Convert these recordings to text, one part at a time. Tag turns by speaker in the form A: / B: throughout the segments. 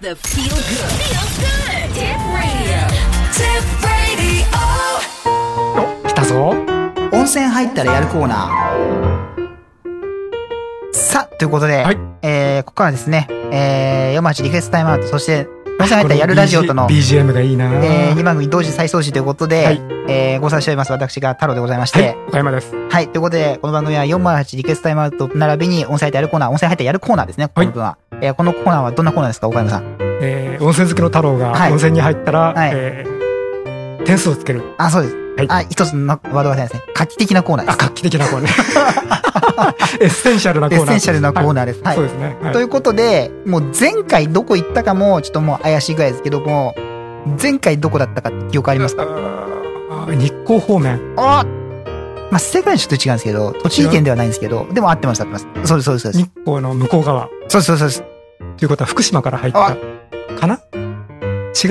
A: the feel good. Feels good. Tip radio. Tip radio.
B: お来たぞ
C: 温泉入ったらやるコーナー。さあ、ということで、
B: はい
C: えー、ここからはですね、えー、夜町リクエストタイムアウト、そして、温泉入ったらやるラジオとの、
B: こ BG BGM がいいな
C: えー、2番組同時再送信ということで、
B: はい
C: えー、ご参照しております。私が太郎でございまし
B: は
C: て、
B: い岡山です
C: はい。ということで、この番組は408リクエストタイムアウト並びに温泉入ってやるコーナー、温泉入ってやるコーナーですね、このコーナー。えーこのコーナーはどんなコーナーですか、岡山さん。
B: えー温泉好きの太郎が
C: はい
B: 温泉に入ったら、
C: はい
B: えー点数をつける。
C: あ、そうです。
B: はい
C: あ、一つのワードがですね、画期的なコーナーで
B: あ、
C: す。
B: 画期的なコーナー。 エッセンシャルなコー
C: エッ
B: ナー。
C: センシャルなコーナーです。
B: は。
C: はいい
B: そう。ですね。はい
C: ということで、もう前回どこ行ったかも、ちょっともう怪しいぐらいですけども、前回どこだったかって記憶ありますか
B: あー日光方面。
C: あまあ、世界はちょっと違うんですけど、栃木県ではないんですけど、でも合ってます、合ってます。そうです、そうです、そうで
B: 日光の向こう側。
C: す。そうです、そうです。
B: ということは福島から入った。かな違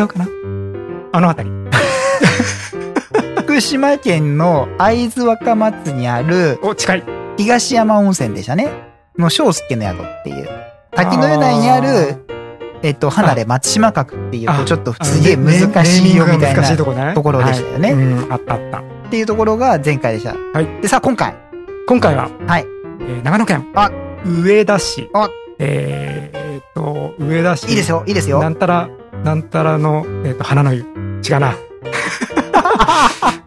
B: うかなあの辺り。
C: 福島県の会津若松にある
B: お、近い。
C: 東山温泉でしたね。の章介の宿っていう。滝の湯内にある、えっと、離れ松島閣ってい
B: あ
C: う、ちょっと
B: あ
C: すげえ
B: ねね
C: 難しいよ
B: ネーミン
C: み
B: グ
C: たい
B: が難し
C: ない
B: とこね。
C: ところでしたよね
B: はいうん、あったあった。
C: っていうところが前回でした。
B: い
C: で、さあ今回。
B: 今回は、
C: はい
B: えー長野県
C: あ
B: 上田市
C: あ
B: えーえーっと上田市
C: いいですよ、いいですよ。
B: なんたらなんたらの、えーっと花の湯違 うな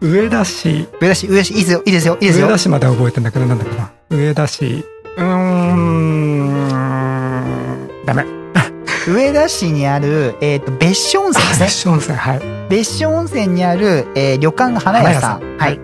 B: 上田市
C: 上田市、上田市、いいですよ、いいですよ、いいです
B: 上
C: よ。
B: 田市までは覚えてんだけどなんだっけな上田市うーんダメ
C: 上田市にある、えっ、と、別所温泉です
B: 別
C: ね。
B: 所温泉はい
C: 別所温泉にある、えー旅館花屋さん。
B: 花屋
C: はい。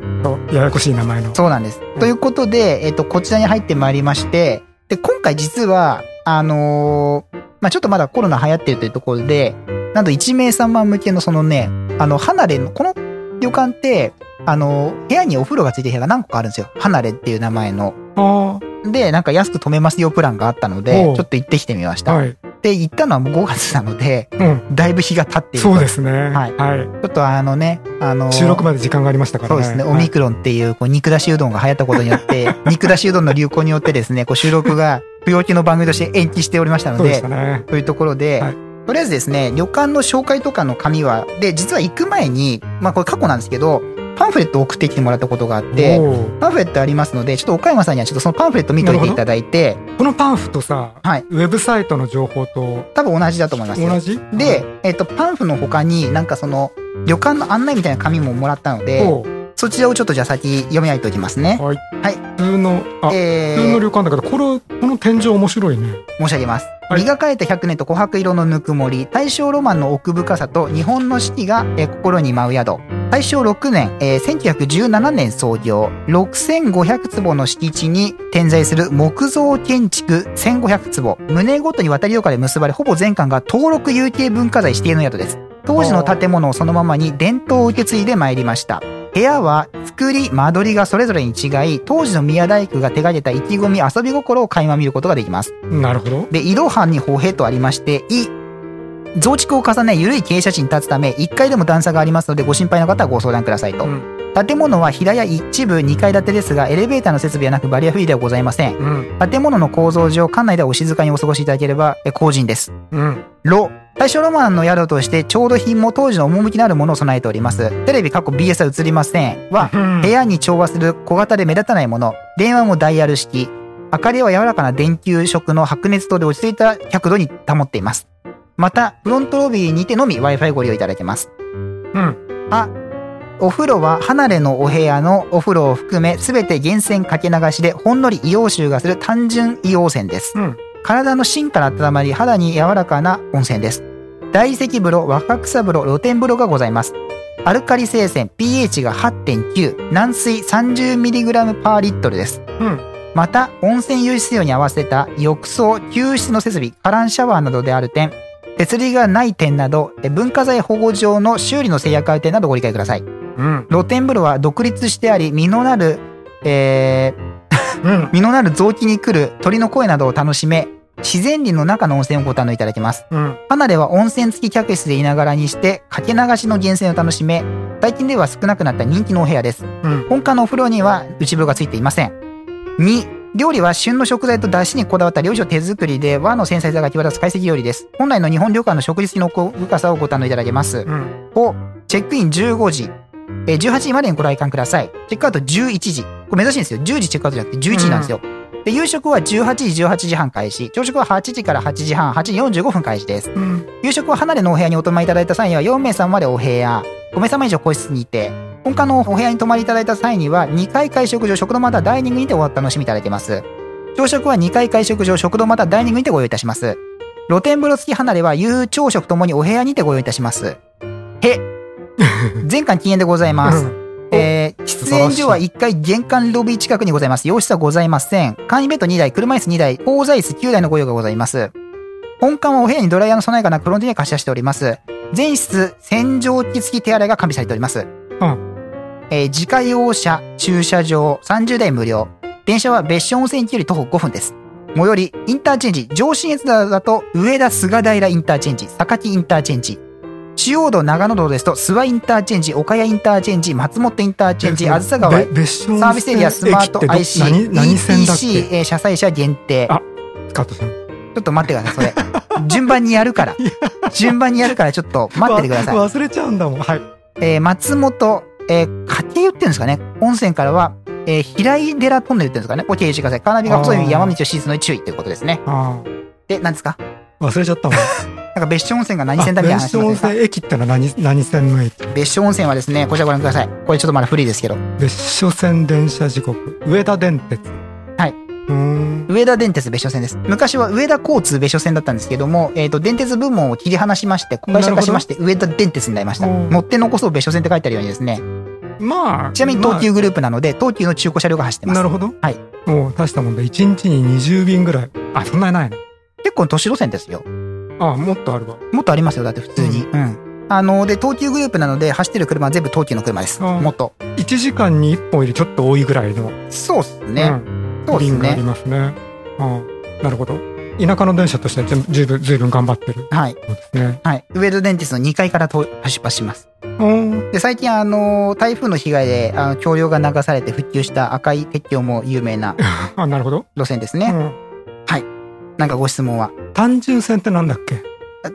B: とややこしい名前の
C: そうなんです。ということで、えっ、と、こちらに入ってまいりまして、で、今回実は、あのーまあ、ちょっとまだコロナ流行ってるというところで、なんと1名様向けのそのね、あの、離れの、この旅館って、あのー部屋にお風呂がついてる部屋が何個かあるんですよ。離れっていう名前の。
B: あ
C: で、なんか安く泊めますよプランがあったので
B: お、う
C: ちょっと行ってきてみまし
B: ー
C: た。
B: はい
C: で、行ったのはもう5月なので、
B: うん
C: だいぶ日が経っていると
B: そうですねは、
C: はいいちょっとあのね、あの、
B: 収録まで時間がありましたから
C: そう
B: ね
C: ですね、
B: はい
C: オミクロンっていうこう肉出しうどんが流行ったことによ って、肉出しうどんの流行によってですね、こう収録が不要気の番組として延期しておりましたの
B: そうで
C: で
B: した、ね
C: というところで、
B: はい
C: とりあえずですね、旅館の紹介とかの紙は、で、実は行く前に、まあこれ過去なんですけど、パンフレットを送ってきてもらったことがあって、
B: おー
C: パンフレットありますので、ちょっと岡山さんにはちょっとそのパンフレット見といていただいて、
B: このパンフとさ、
C: はい
B: ウェブサイトの情報と
C: 多分同じだと思いますよ。
B: 同じ
C: で、えっ、と、パンフの他になんかその、旅館の案内みたいな紙ももらったので、
B: おう
C: そちらをちょっとじゃあ先読み上げておきますね。
B: はい、
C: はい
B: 普通のあ、
C: え
B: 普通の
C: ー、
B: 旅館だけどこれこの天井面白いね
C: 申し上げます。
B: はい
C: 磨かれた100年と琥珀色のぬくもり、大正ロマンの奥深さと日本の四季が、えー心に舞う宿。大正6年、えー1917年創業、6500坪の敷地に点在する木造建築1500坪、棟ごとに渡り廊下で結ばれ、ほぼ全館が登録有形文化財指定の宿です。当時の建物をそのままに伝統を受け継いでまいりました。部屋は作り、間取りがそれぞれに違い、当時の宮大工が手掛けた意気込み、遊び心を垣間見ることができます。
B: なるほど
C: で、移動班に歩兵とありまして、い、増築を重ね、緩い傾斜地に立つため、1階でも段差がありますので、ご心配の方はご相談くださいと。
B: うん
C: 建物は平屋一部2階建てですが、エレベーターの設備はなくバリアフリーではございません。
B: うん
C: 建物の構造上、館内ではお静かにお過ごしいただければ、え公人です。
B: うん
C: ロ。大正ロマンの宿として、調度品も当時の趣のあるものを備えております。テレビ、過去 BS は映りません。は、部屋に調和する小型で目立たないもの、電話もダイヤル式、明かりは柔らかな電球色の白熱灯で落ち着いた100度に保っています。また、フロントロビーにてのみ Wi-Fi ご利用いただけます。
B: うん
C: お風呂は離れのお部屋のお風呂を含め全て源泉かけ流しでほんのり硫黄臭がする単純硫黄泉です。
B: うん
C: 体の芯から温まり肌に柔らかな温泉です大石風呂若草風呂露天風呂がございますアルカリ性泉 pH が8.9軟水 30mg パーリットルです
B: うん
C: また温泉湧出量に合わせた浴槽救出の設備カランシャワーなどである点設備がない点などえ文化財保護上の修理の制約ある点などご理解ください
B: うん
C: 露天風呂は独立してあり実のなる、えー、
B: うん
C: 実のなる臓器に来る鳥の声などを楽しめ、自然林の中の温泉をご堪能いただけます。
B: うん
C: 離れは温泉付き客室でいながらにして、かけ流しの源泉を楽しめ、最近では少なくなった人気のお部屋です。
B: うん
C: 本館のお風呂には内風呂がついていません。2、料理は旬の食材と出汁にこだわった料理酒手作りで和の繊細さが際立つ懐石料理です。本来の日本旅館の食事の奥深さをご堪能いただけます。
B: うん。
C: をチェックイン15時、えー18時までにご来館ください。チェックアウト11時。これ目指しいんですよ。10時チェックアウトじゃなくて11時なんですよ。で、夕食は18時、18時半開始。朝食は8時から8時半、8時45分開始です。
B: うん。
C: 夕食は離れのお部屋にお泊まりいただいた際には4名様までお部屋、5名様以上個室にいて、本館のお部屋に泊まりいただいた際には2回会食場、食堂またはダイニングにてお楽しみいただけます。朝食は2回会食場、食堂またはダイニングにてご用意いたします。露天風呂付き離れは夕朝食ともにお部屋にてご用意いたします。へ全館禁煙でございます。えー、喫煙所は1階玄関ロビー近くにございます。洋室はございません。簡易ベッド2台、車椅子2台、鋼材椅子9台のご用がございます。本館はお部屋にドライヤーの備えがなく、フロントには貸し出しております。全室、洗浄機付き手洗いが完備されております。
B: うん。
C: えー自家用車、駐車場、30台無料。電車は別所温泉駅より徒歩5分です。最寄り、インターチェンジ、上信越だと、上田菅平インターチェンジ、榊インターチェンジ、中央道長野道ですと諏訪インターチェンジ岡谷インターチェンジ松本インターチェンジ
B: え
C: あずさ川
B: べ別所温泉
C: サービスエリアスマート
B: 駅ってど
C: IC
B: 何何線だっ
C: ETC
B: け
C: えー車載車限定
B: あカットさん。
C: ちょっと待ってくださいそれ順番にやる から順番にやるからちょっと待っててくださ
B: わ忘れちゃうんだもん。はい。
C: い、えー松本、えー、家庭言ってるんですかね温泉からは、えー平井寺トンネルっていうんですかねこれ経由してくださいカーナビが細い山道を沈むのに注意ということですね
B: あ
C: で何ですか
B: あ。忘れちゃったもん。
C: なんか別所温泉が何
B: あ
C: 線だみたいな
B: 別
C: 話
B: 所
C: にな
B: 温
C: ってた
B: 泉駅ってのは何何線の駅
C: 別所温泉はですねこちらご覧くださいこれちょっとまだ古いですけど
B: 別所線電車時刻上田電鉄
C: はい
B: ーん
C: 上田電鉄別所線です。昔は上田交通別所線だったんですけども、えっ、と、電鉄部門を切り離しまして、会社化しまして、上田電鉄になりました。
B: うん
C: 乗って残そう別所線って書いてあるようにですね。
B: まあ
C: ちなみに東急グループなので、東急の中古車両が走って
B: まあ
C: ます
B: なる。ほど
C: はい
B: もう大したもんだ一日に20便ぐらいあそんなにないな
C: 結構都市路線ですよ。
B: あもっとあるわ
C: もっとありますよ、だって普通に。うん。あの、で、東急グループなので、走ってる車は全部東急の車です。
B: うん
C: もっと。
B: 1時間に1本よりちょっと多いぐらいの、
C: そうっすね。そうっす
B: うん、便があり
C: ね。
B: ますねうんなるほど田舎の電車としては十分随分頑張ってる
C: はい。
B: そうですね
C: はい。上田電鉄の2階からと出発します。
B: うん
C: で最近あの台風の被害であの橋梁が流されて復旧した赤い鉄橋も有名 な
B: あなるほど、
C: 路線です
B: う
C: ね。
B: ん、
C: なんかご質問は。
B: 単純線ってなんだっけ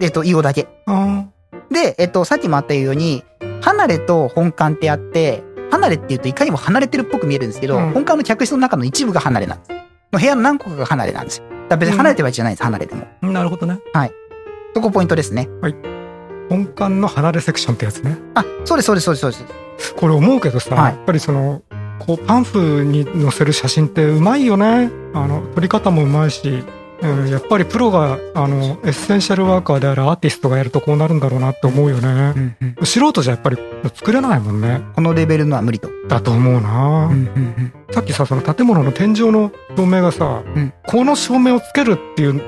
C: えっと、囲碁だけ。
B: あ
C: で、えっと、さっきもあったように、離れと本館ってあって、離れって言うといかにも離れてるっぽく見えるんですけど、
B: うん
C: 本館の客室の中の一部が離れなんです。の部屋の何個かが離れなんですよ。だから別に離れてるわけじゃないです、離れでも。
B: ーなるほどね
C: そこポイントですね。
B: 本館の離れセクションってやつね
C: あ、そうです、そうです、そうです、そうです。
B: これ思うけどさ、
C: はい
B: やっぱりそのこうパンフに載せる写真ってうまいよねあの撮り方もうまいし、うん、やっぱりプロがあのエッセンシャルワーカーであるアーティストがやるとこうなるんだろうなって思うよね、素人じゃやっぱり作れないもんね
C: このレベルのは無理と。
B: だと思うな、さっきさその建物の天井の照明がさ、
C: うん
B: この照明をつけるっていう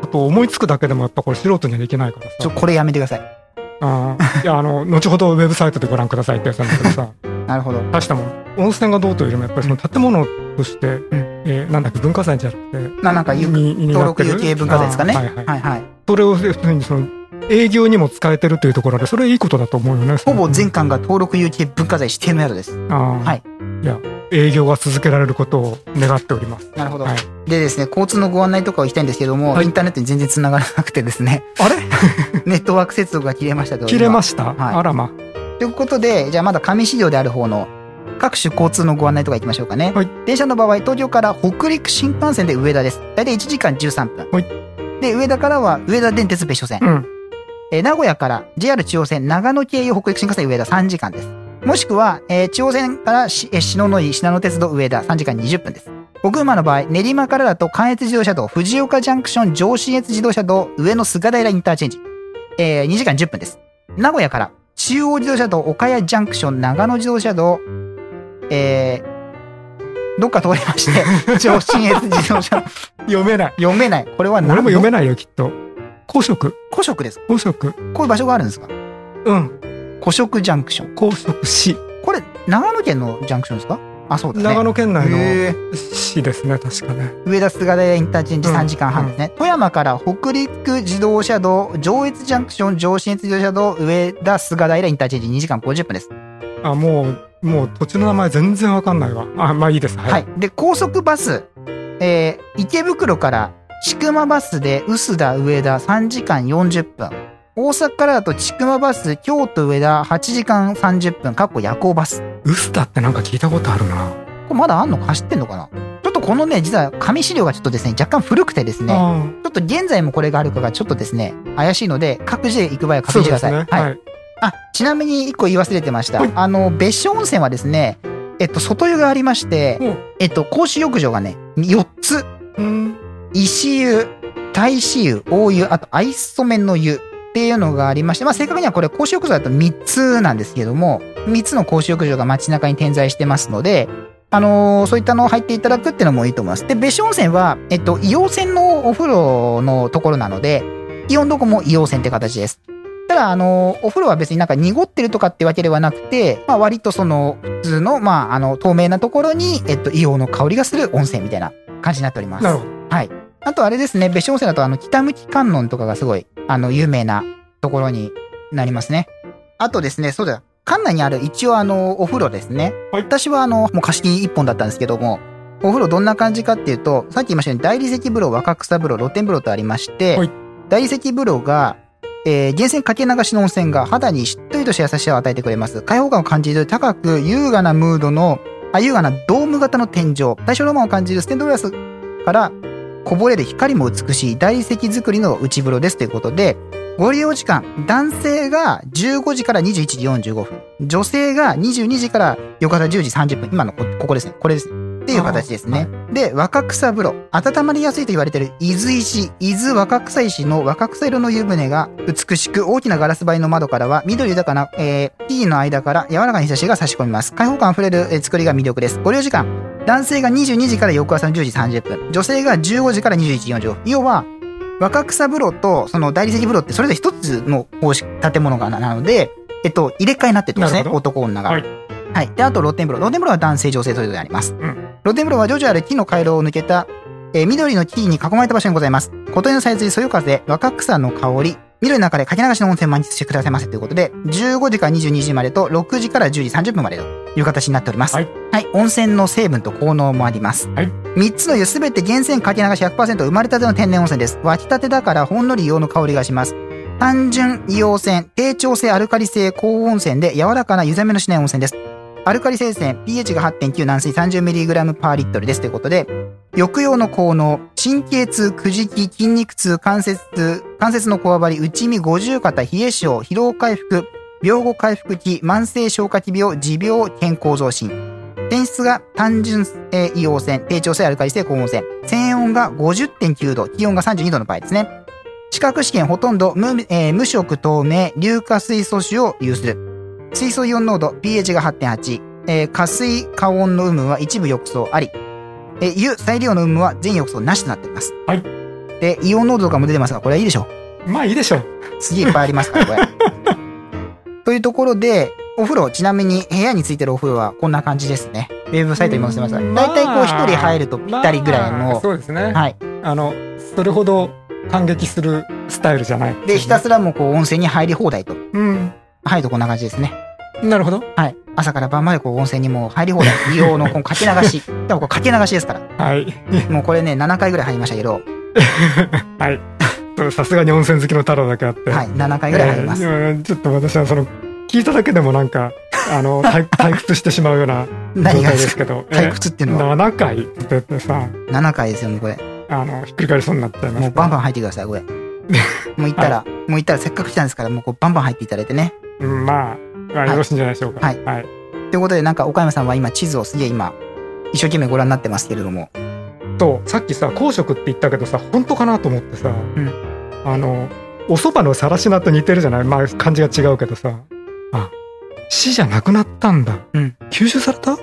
B: ことを思いつくだけでもやっぱこれ素人にはできないからさ
C: ちょ、これやめてください。
B: あーいやあの後ほどウェブサイトでご覧くださいってやつなんだけどさ
C: なるほど。
B: 大したもん温泉がどうというよりもやっぱりその建物として、えーなんだっけ文化財じゃなくて
C: ななんか有
B: にに
C: 登
B: なっ
C: 録
B: てる
C: 有形文化財ですかね。
B: あ
C: は
B: ー
C: い
B: はいはい
C: はい。
B: それを要するにその営業にも使えてるというところでそれいいことだと思うよね
C: ほぼ全館が登録有形文化財指定の宿です。は
B: はいいや営業が続けられることを願っております
C: なるほど。
B: はい
C: でですね、交通のご案内とかを行きたいんですけども、
B: はい
C: インターネットに全然繋がらなくてですね、
B: あれ
C: ネットワーク接続が切れましたと。
B: 切れま
C: し
B: した、
C: はい
B: あらま
C: た。ということで、じゃあまだ上市場である方の各種交通のご案内とか行きましょうかね。
B: はい
C: 電車の場合、東京から北陸新幹線で上田です。大体1時間13分。
B: はい
C: で、上田からは上田電鉄別所線。
B: うん
C: えー名古屋から JR 中央線長野経由北陸新幹線上田3時間です。もしくは、えー中央線からしえー篠ノ井信濃鉄道上田3時間20分です。奥馬の場合、練馬からだと関越自動車道、藤岡ジャンクション上信越自動車道、上野菅平インターチェンジ、えー2時間10分です。名古屋から中央自動車道、岡谷ジャンクション長野自動車道、えーどっか通りま して、上信越自動車道、
B: 読めない
C: 読めない。これは
B: 俺も読め
C: ない。
B: ないよきっと公職
C: 古色ですか
B: 公職
C: こういう場所があるんですか
B: うん
C: 古色ジャンクション。
B: 公職市
C: これ長野県のジャンクションですかあそうですね
B: 長野県内
C: へ
B: の市ですね確かね
C: 上田菅平インターチェンジ
B: うん
C: 3時間半ですね、富山から北陸自動車道上越ジャンクション上信越自動車道上田菅平インターチェンジ2時間50分です、
B: あもうもう土地の名前全然わかんないわあまあいいですはい、
C: はいで高速バスえー池袋から千曲バスで臼田上田3時間40分。大阪からだと千曲バス京都上田8時間30分、かっこ夜行バス。
B: ウスタってなんか聞いたことあるな。
C: これまだあんのか走ってんのかなちょっとこのね、実は紙資料がちょっとですね、若干古くてですね、
B: あ
C: ちょっと現在もこれがあるかがちょっとですね、怪しいので、各自で行く場合は
B: あ、
C: 確
B: そ
C: 認
B: う
C: してく
B: で
C: だ
B: す
C: さい。
B: ね。
C: はい。
B: はい。
C: あ、ちなみに一個言い忘れてました
B: はい。
C: あの、別所温泉はですね、えっと、外湯がありまして
B: うん、
C: えっと、公衆浴場がね、4つ。
B: うん。
C: 石湯、大石湯、大湯、あとアイソメンの湯っていうのがありまして、まあ正確にはこれ公衆浴場だと3つなんですけども、3つの公衆浴場が街中に点在してますので、あのーそういったのを入っていただくっていうのもいいと思います。で、別所温泉は、えっと、硫黄泉のお風呂のところなので、イオンどこも硫黄泉って形です。ただ、あのーお風呂は別になんか濁ってるとかってわけではなくて、まあ割とその、普通の、まああの、透明なところに、えっと、硫黄の香りがする温泉みたいな感じになっております。
B: なるほど。
C: あとあれですね、別所温泉だとあの北向き観音とかがすごい、あの、有名なところになりますね。あとですね、そうだ、館内にある一応あの、お風呂ですね。
B: はい
C: 私はあの、もう貸し切り一本だったんですけども、お風呂どんな感じかっていうと、さっき言いましたように大理石風呂、若草風呂、露天風呂とありまして、
B: はい
C: 大理石風呂が、えー、源泉かけ流しの温泉が肌にしっとりとした優しさを与えてくれます。開放感を感じる高く優雅なムードの、あ、優雅なドーム型の天井、大正ロマンを感じるステンドグラスからこぼれる光も美しい大理石造りの内風呂ですということで、ご利用時間、男性が15時から21時45分、女性が22時から夜方10時30分、今のこここですね、これですね。っていう形ですね。で、若草風呂。温まりやすいと言われている伊豆石、伊豆若草石の若草色の湯船が美しく、大きなガラス張りの窓からは緑豊かな、えー、木々の間から柔らかな日差しが差し込みます。開放感あふれる、えー作りが魅力です。ご利用時間、男性が22時から翌朝の10時30分、女性が15時から21時45分。要は、若草風呂とその大理石風呂ってそれぞれ一つの方式、建物がななので、えっと、入れ替えになってるんですね
B: な。るほど
C: 男女が。
B: はい
C: はい。で、あと露天風呂。露天風呂は男性、女性それぞれあります。
B: ん
C: 露天風呂は徐々ある木の回廊を抜けた、えー緑の木に囲まれた場所にございます。小鳥のさえずり、そよ風、若草の香り、緑の中でかけ流しの温泉を満喫してくださいませということで、15時から22時までと、6時から10時30分までという形になっております。
B: はい。
C: 温泉の成分と効能もあります。
B: はい
C: 3つの湯すべて源泉かけ流し100%生まれたての天然温泉です。湧きたてだからほんのり硫黄の香りがします。単純硫黄泉、低調性アルカリ性高温泉で柔らかな湯冷めのしない温泉です。アルカリ性泉、pH が8.9、軟水 30mg パーリットルです。ということで、抑揚の効能、神経痛、くじき、筋肉痛、関節痛、関節のこわばり、内身、五十肩、冷え性、疲労回復、病後回復期、慢性消化器病、持病、健康増進。泉質が単純えー硫黄泉、低調性アルカリ性高温泉。泉温が50.9度、気温が32度の場合ですね。資格試験ほとんど無,、えー無色透明、硫化水素種を有する。水素イオン濃度、pH が8.8。えー、加水、加温の有無は一部浴槽あり。えー、湯、再利用の有無は全浴槽なしとなっています。
B: はい。
C: で、イオン濃度とかも出てますが、これはいいでしょう
B: まあいいでしょう。
C: すげえいっぱいありますから、こ れ。というところで、お風呂、ちなみに部屋についてるお風呂はこんな感じですね。ウェブサイトに載せました。
B: うん
C: 大体こ
B: ま
C: う
B: あ
C: 一人入るとぴったりぐらい
B: まあ
C: の。
B: そうですね。
C: はい。
B: あの、それほど感激するスタイルじゃない。
C: で、ひたすらもうこう温泉に入り放題と。
B: うん。
C: 入るとこんな感じですね。
B: なるほど。
C: はい。朝から晩までこう温泉にもう入り放題。利用のこのかけ流 し。でもこれかけ流しですから。
B: はい。
C: もうこれね、7回ぐらい入りましたけど、
B: はい。 さすがに温泉好きの太郎だけあって。
C: はい。7回ぐらい入ります。
B: えーちょっと私はその聞いただけでもなんかあの退 退屈してしまうような
C: 何
B: 状
C: がで
B: 態ですす
C: か
B: けど、
C: 退屈っていうのは
B: 7回出てさ
C: 7回ですよね、これ。
B: あのひっくり返りそうになっちゃいます
C: もうバンバン入ってください、 これ。もう行ったら、もう行ったらせっかく来たんですから、もうこうバンバン入っていただいてね。
B: うんまあ、まあ
C: い
B: よろしいんじゃないでしょうか
C: はい
B: はい、
C: ということで、なんか岡山さんは今地図をすげえ今、一生懸命ご覧になってますけれども。
B: とさっきさ公職って言ったけどさ本当かなと思ってさ、
C: ん
B: あのお蕎麦のさらしなと似てるじゃないまあ漢字が違うけどさあ死じゃなくなったんだ、
C: うん
B: 吸収された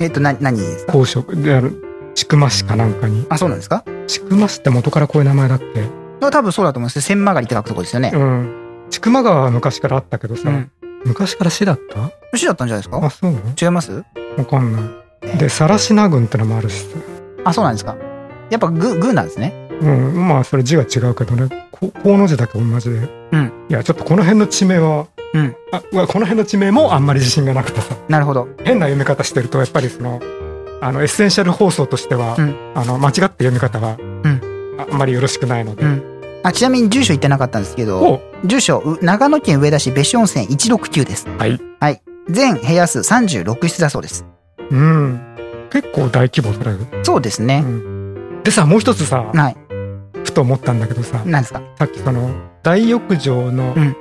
C: えっ、と、な、何ですか
B: 公職であの千曲市かなんかに
C: あ、そうなんですか
B: 千曲市って元からこういう名前だっけ
C: 多分そうだと思います。千曲がりって書くとこですよね。
B: うん。千曲川は昔からあったけどさ、
C: うん。
B: 昔から市だった
C: 市だったんじゃないです
B: あ、
C: か
B: そうなの
C: 違います
B: わかんない。で、更科郡ってのもあるしさ。
C: あ、そうなんですかやっぱグ、グーなんですね。
B: うん。まあ、それ字が違うけどね。ここうの字だけ同じで。
C: ん
B: いや、ちょっとこの辺の地名は、
C: うん
B: あうわこの辺の地名もあんまり自信がなくてさ。
C: なるほど。
B: 変な読み方してると、やっぱりその、あのエッセンシャル放送としては、
C: うん
B: あの間違った読み方は、ああんまりよろしくないので、
C: うん。あ、ちなみに住所言ってなかったんですけど、
B: を
C: 住所、う長野県上田市別所温泉169です。
B: はい。
C: はい。全部屋数36室だそうです。
B: うん、結構大規模だよ、
C: そうです
B: う
C: ね。
B: ん、でさもう一つさ
C: はい。
B: ふと思ったんだけどさ
C: なんですか
B: さっきその大浴場の
C: うん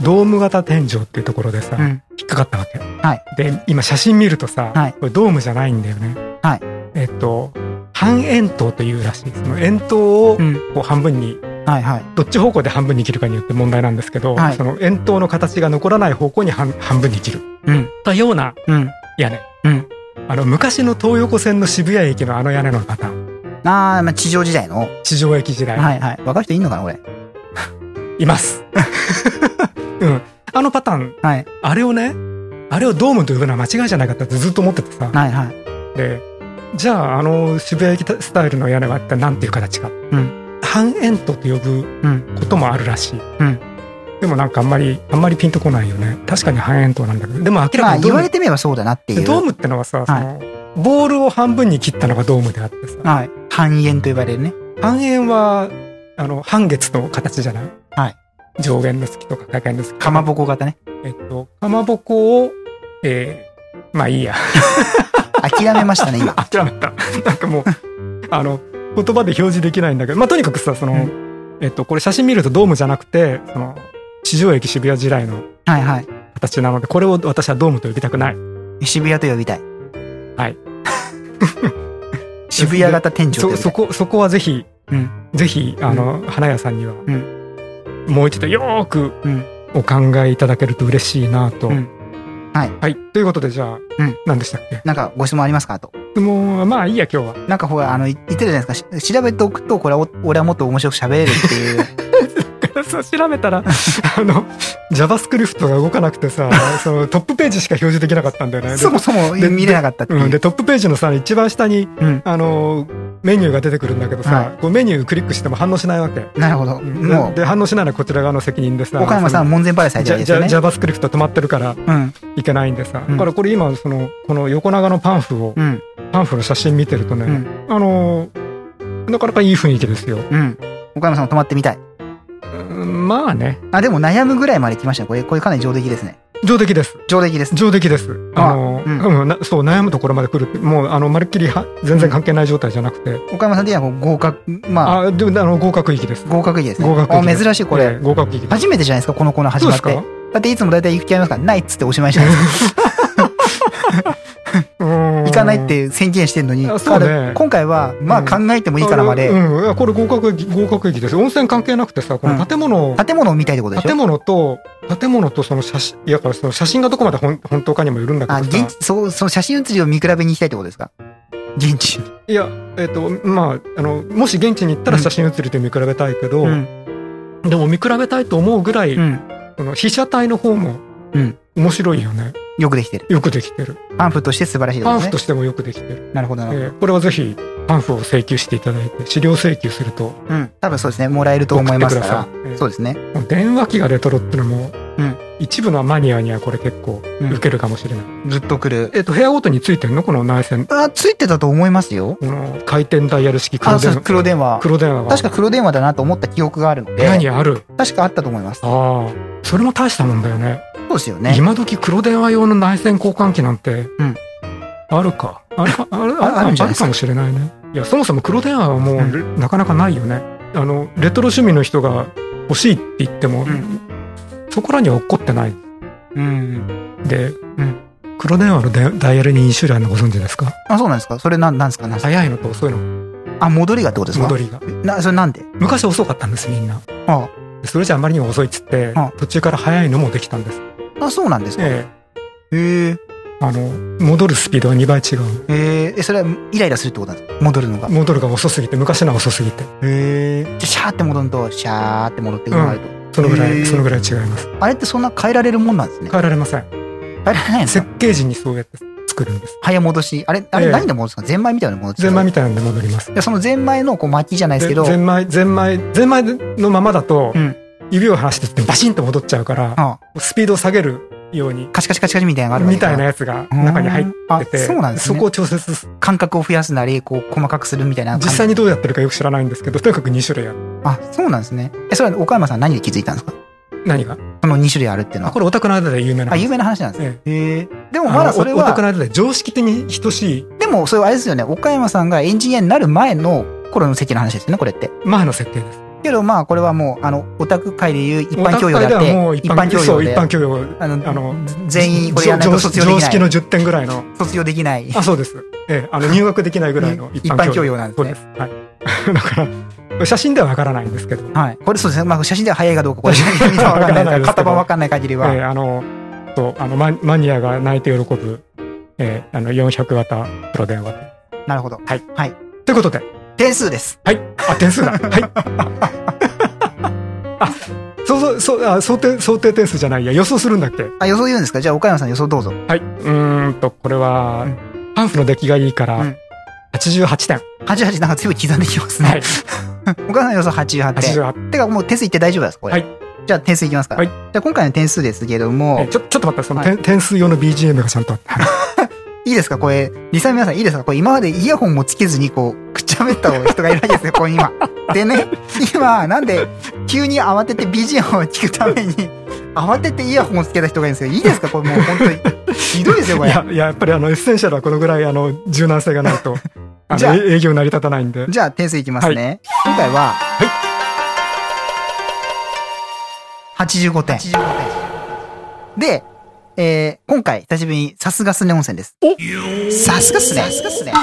B: ドーム型天井っていうところでさ、
C: うん。
B: 引っかかったわけ、
C: はい
B: で今写真見るとさ、
C: はい
B: これドームじゃないんだよね、
C: はい
B: えっと半円筒というらしいその円筒を
C: うん。
B: こう半分に
C: はいはい。
B: どっち方向で半分に切るかによって問題なんですけど、
C: はい
B: その円筒の形が残らない方向に半半分に切る
C: うん。
B: たような
C: うん。
B: 屋根
C: うん。
B: あの昔の東横線の渋谷駅のあの屋根のパターン
C: あー、まあ、地上時代の。は
B: 地上駅時代、
C: いはい。わかる人いんのかなこれ。
B: い、ます うんあのパターン
C: はい。
B: あれをねあれをドームと呼ぶのは間違いじゃないかってずっと思っててさ
C: はいはい。
B: でじゃああの渋谷駅スタイルの屋根は一体何ていう形か、
C: ん
B: 半円筒と呼ぶ
C: うん。
B: こともあるらしい、
C: うん
B: でもなんかあんまりあんまりピンとこないよね確かに半円筒なんだけどでも明ら
C: ま
B: か
C: あ、
B: にド
C: 言
B: ー
C: わ
B: ム
C: れてみればそうだなってい
B: で
C: う。
B: ドームってのはさ、
C: はい
B: そのボールを半分に切ったのがドームであってさ
C: はい。半円と呼ばれるね。
B: 半円はあの半月の形じゃない、
C: はい
B: 上限の月とか下限の月と
C: かまぼこ型ね。
B: えっとかまぼこをえーまあいいや
C: 諦めましたね、今。
B: 諦めたなんかもうあの言葉で表示できないんだけどまあとにかくさその、
C: う
B: えっとこれ写真見るとドームじゃなくてその地上駅渋谷時代の
C: はいはい。
B: 形なのでこれを私はドームと呼びたくない
C: 渋谷と呼びたい。
B: はい。
C: 渋谷型店長と呼び
B: そ
C: た
B: そ
C: い。
B: こそこはぜひ、
C: うん
B: ぜひあの、花屋さんには、もう一度よーく
C: うん
B: お考えいただけると嬉しいなと、
C: うんはい
B: ということでじゃあ、
C: うん
B: 何でしたっけ
C: なんかご質問ありますかと。
B: 質問はまあいいや今日は
C: なんかほら、あの、い言ってるじゃないですか。し調べておくと、これはお俺はもっと面白く喋れるっていう。
B: そう調べたらあの JavaScript が動かなく てさそのトップページしか表示できなかったんだよねで
C: そもそも
B: で
C: 見れなかったっていう。
B: うん、でトップページのさ一番下に
C: うん。
B: あのメニューが出てくるんだけどさ、こうメニュークリックしても反応しないわけ、
C: なるほど。
B: うん
C: もう、
B: で反応しないのはこちら側の責任でさ
C: 岡山さんは門前払いされて
B: じ
C: るん
B: ゃ
C: です
B: じ
C: よ
B: ゃ
C: ね。
B: JavaScript 止まってるから
C: うん。
B: いけないんでさ、
C: うん
B: だからこれ今そのこの横長のパンフを
C: うん。
B: パンフの写真見てるとね、
C: うん
B: あのーなかなかいい雰囲気ですよ、
C: うん。岡山さんも泊まってみたい。
B: うんまあね
C: あ、でも悩むぐらいまで来ましたね。これ、これかなり上出来ですね。
B: 上出来です
C: 上出来です。
B: 上出来です
C: あ
B: あのー
C: う
B: うんなそう悩むところまで来るもうあのまるっきりは全然関係ない状態じゃなくて、
C: 岡山さん的にはこう合格、まあ、
B: あでもあの合格域です
C: 合格域ですね。
B: 合格域で
C: あ
B: す
C: 珍しい、こ
B: ええ
C: れ。
B: 合格域です
C: 初めてじゃないですか、このコーナー始まっ
B: そう
C: て
B: で。
C: だっていつも大体行きゃいますから、ないっつっておしまいじゃないですか。行
B: 行
C: かないって宣言してんのに、
B: あそうね
C: 今回は、まあ
B: うん
C: 考えてもいいからまで、
B: うん、いやこれ合格域合格域です温泉関係なくてさこの建物を、
C: 建物を見たいってことでしょ
B: 建物と建物とその写真いやだからその写真がどこまで本本当かにもよるんだ
C: あ、
B: けど
C: 現
B: さ
C: 地、そう、その写真写りを見比べに行きたいってことですか現地。
B: いやえっ、とまああのもし現地に行ったら写真写りで見比べたいけど、
C: うん。
B: でも見比べたいと思うぐらい、
C: うん。
B: その被写体の方も
C: うん
B: 面白いよね
C: よくできてる。
B: よくできてる
C: パンフとして素晴らしいって
B: パ
C: こ
B: ン
C: と
B: フと
C: ですね。
B: してもよくできてる、
C: なるほど
B: え
C: なるほど。
B: ーこれはぜひパンフを請求していただいて資料請求すると
C: うん。多分そうですね。もらえると
B: 送
C: 思
B: っ
C: い
B: て
C: ま
B: く
C: す
B: だ
C: か
B: さ
C: ら
B: い。、えー
C: そうですね。
B: もう電話機がレトロってのも、
C: うん
B: 一部のマニアにはこれ結構受けるかもしれない、
C: ずっと来る。
B: えっ、と部屋ごとについてんのこの内線
C: あ、ついてたと思いますよ。
B: この回転ダイヤル式黒
C: あ、
B: 電
C: そう
B: 話。
C: 黒電話。
B: 黒電話が。
C: 確か黒電話だなと思った記憶があるの
B: 部屋に
C: で、
B: ある。
C: 確かあったと思います。そ
B: ああ。それも大したもんだよね。
C: うですよね。
B: 今時黒電話用の内線交換機なんて、
C: ん
B: あるか。あるか、ある
C: ああるんじゃないですか
B: かもしれないね。いや、そもそも黒電話はもう、
C: う
B: なかなかないよね。あの、レトロ趣味の人が欲しいって言っても、
C: うん
B: そこらには落っこってない。
C: うん。
B: で、
C: ん
B: 黒電話のダイダイヤルに2種類あるのご存知ですか
C: あ、そうなんですかそれなん、なんですかなんですか
B: 早いのと遅いの、
C: あ、戻りがってことですか
B: 戻りが。
C: な、それなんで
B: 昔遅かったんです、みんな。
C: あ
B: でそれじゃあまりにも遅いっつって
C: うん、
B: 途中から早いのもできたんです。
C: あ、そうなんですかへ
B: え
C: え。
B: え、あの戻るスピードは2倍違う
C: えー、えそれはイライラするってことなんですか戻るのが。
B: 戻るが遅すぎて昔のは遅すぎて
C: へえ。じゃあシャーって戻るのと、シャーって戻ってくるのがあると。
B: そのぐら
C: へえ
B: いそのぐらい違います
C: あれってそんな変えられるもんなんですね。
B: 変えられません
C: 変えられないんです
B: 設
C: か
B: 計時にそうやって作るんです
C: 早戻し。あれ、あ
B: え
C: れ
B: え
C: 何で戻すんですかゼンマイみたいなものですか
B: ゼンマイみたいなんで戻ります
C: いやそのゼンマイのこう巻きじゃないですけ
B: で
C: ど、
B: ゼンマイゼンマイゼンマイのままだと
C: うん
B: 指を離してってバシンと戻っちゃうから
C: あ
B: スピードを下げるように、
C: カチカチカチカチみたいなのがあるわけ
B: み
C: か
B: たいなやつが中に入ってて、
C: うんあそうなんですね
B: そこを調節す
C: 間隔を増やすなりこう細かくするみたいな感じ
B: 実際にどうやってるかよく知らないんですけど、とにかく2種類ある。
C: あそうなんですねえそれは岡山さん何で気づいたんですか
B: 何が
C: その2種類あるっていうの
B: あ
C: は
B: これオタクの間で有名な
C: あ
B: 話。
C: 有名な話なんですね
B: ええ
C: へえでもまだそれ
B: あのオタク
C: は
B: の間で常識的に等しい
C: でもそれはあれですよね岡山さんがエンジニアになる前の頃の席の話ですよねこれって
B: 前の設定です。
C: けどまあこれはもうあのオタク界でいう一
B: オタ
C: 般教
B: ク
C: 養で
B: 界で
C: あっ
B: は
C: て
B: もう一般教
C: 養
B: 養、一
C: で
B: 般教養。
C: あの
B: あの
C: 全員これやらないと
B: 常
C: 卒業でき
B: 常識
C: ない
B: の10点ぐらいの。
C: 卒業できない
B: あ、そうです。ええ、あの入学できないぐらいの一般教養。
C: なんで
B: そ
C: す
B: うで
C: ね
B: す。はい。 だから、写真ではわからないんですけど、
C: はいこれそうですねまあ写真では早いかどうか これ見たらわかんないですから 片場わかんない限り
B: え
C: は
B: え、あの、そう、あの、ママニアが泣いて喜ぶ、ええ、あの、400型プロ電話。
C: なるほど
B: はい
C: はい
B: ということで、
C: 点数です
B: はい。あ、点数 だ。はい。あ、そうそう、そう、あ、想定、想定点数じゃないや、予想するんだっけ
C: あ予想言うんですかじゃあ岡山さん予想どうぞ
B: はい。うーんと、これは
C: う、
B: パンフの出来がいいから、
C: うん
B: 88点。
C: 88なんか強い刻んできますね、
B: はい。
C: 岡山さん予想88点
B: 88
C: てかもう点数いって大丈夫ですこれ、
B: はい
C: じゃあ点数いきますか、
B: はい
C: じゃあ今回の点数ですけども、
B: えちょ、ちょっと待って、その、
C: はい
B: 点点数用の BGM がちゃんとあった。
C: いいですかこれ、リサの皆さんいいですかこれ今までイヤホンもつけずにこう、くっちゃべった人がいるわけ ですよ、ここに今。でね、今、なんで、急に慌てて BGM を聞くために、慌ててイヤホンをつけた人がいるんですけど、いいですかこれもう本当に。ひどいですよ、こ
B: い
C: れ。
B: や、いや、やっぱりあの、エッセンシャルはこのぐらい、あの、柔軟性がないと、あ
C: じゃ
B: の、
C: あ
B: え営業成り立たないんで。
C: じゃあ点数いきますね。今回は、85点。で、えー、今回、久しぶりに、さすがすね温泉です。さすがっすね。さすがっすね。こ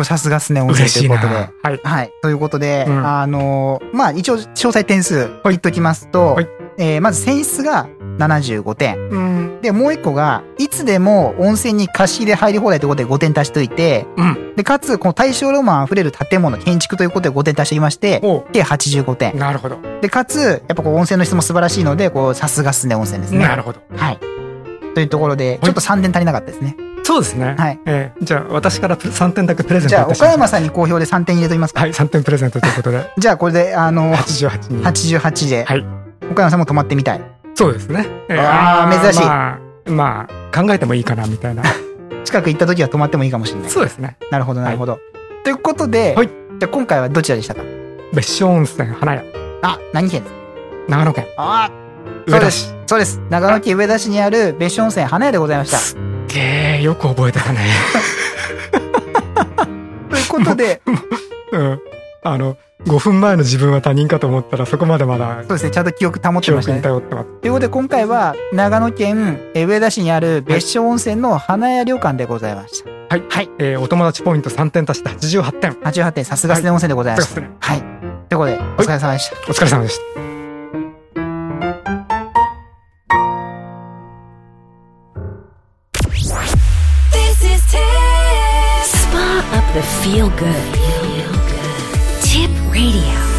C: れさすがっすね温泉ということで
B: は。い。
C: はい。ということで、
B: うん
C: あのーまあ、一応、詳細点数言っときますと、
B: はい
C: えーまず、泉質が75点。
B: うん。
C: で、もう一個が、いつでも温泉に貸し入れ入り放題ということで5点足しといて、
B: うん。
C: で、かつ、この大正ロマン溢れる建物、建築ということで5点足していまして、
B: おう
C: で、85点。
B: なるほど。
C: で、かつ、やっぱこう、温泉の質も素晴らしいので、こう、さすがっすね、温泉ですね。
B: なるほど。
C: はい。というところで、
B: い
C: ちょっと3点足りなかったですね。
B: そうですね。
C: はい。
B: えーじゃあ、私からプレ3点だけプレゼン
C: じ
B: トい
C: ゃあ、
B: たし
C: 岡
B: ます。
C: 山さんに好評で3点入れときますか。
B: はい、3点プレゼントということで、
C: じゃあ、これで、あのー、
B: 88人。
C: 88で、
B: はい
C: 岡山さんも泊まってみたい。
B: そうですね。えー
C: あー
B: ー
C: 珍しい
B: まあ、まあ、考えてもいいかな、みた いな。
C: 近く行った時は泊まってもいいかもしれない。
B: そうですね。
C: なるほど、なるほど。ということで、
B: はい
C: じゃあ今回はどちらでしたか
B: 別所温泉、花屋、
C: あ、何県です
B: 長野県、
C: あ
B: 上田市。
C: そうです。長野県上田市にある別所温泉花屋でございました。
B: すっげえ、よく覚えてたね。
C: ということ で、
B: うん。あの、5分前の自分は他人かと思ったら、そこまでまだ
C: そうですね、ちゃんと記憶保って
B: 記
C: まし
B: 憶
C: た
B: に
C: ね。
B: 頼ってます。
C: ということで今回は長野県えー上田市にある別所温泉の花屋旅館でございました。
B: はい。えーお友達ポイント3点足して88点。
C: 88点さすがすね温泉でございました。
B: はい
C: はい。ということで、お疲れ様でした。
B: お疲れ様でした。
A: This is Tip. Spa up the feel good. Tip Radio.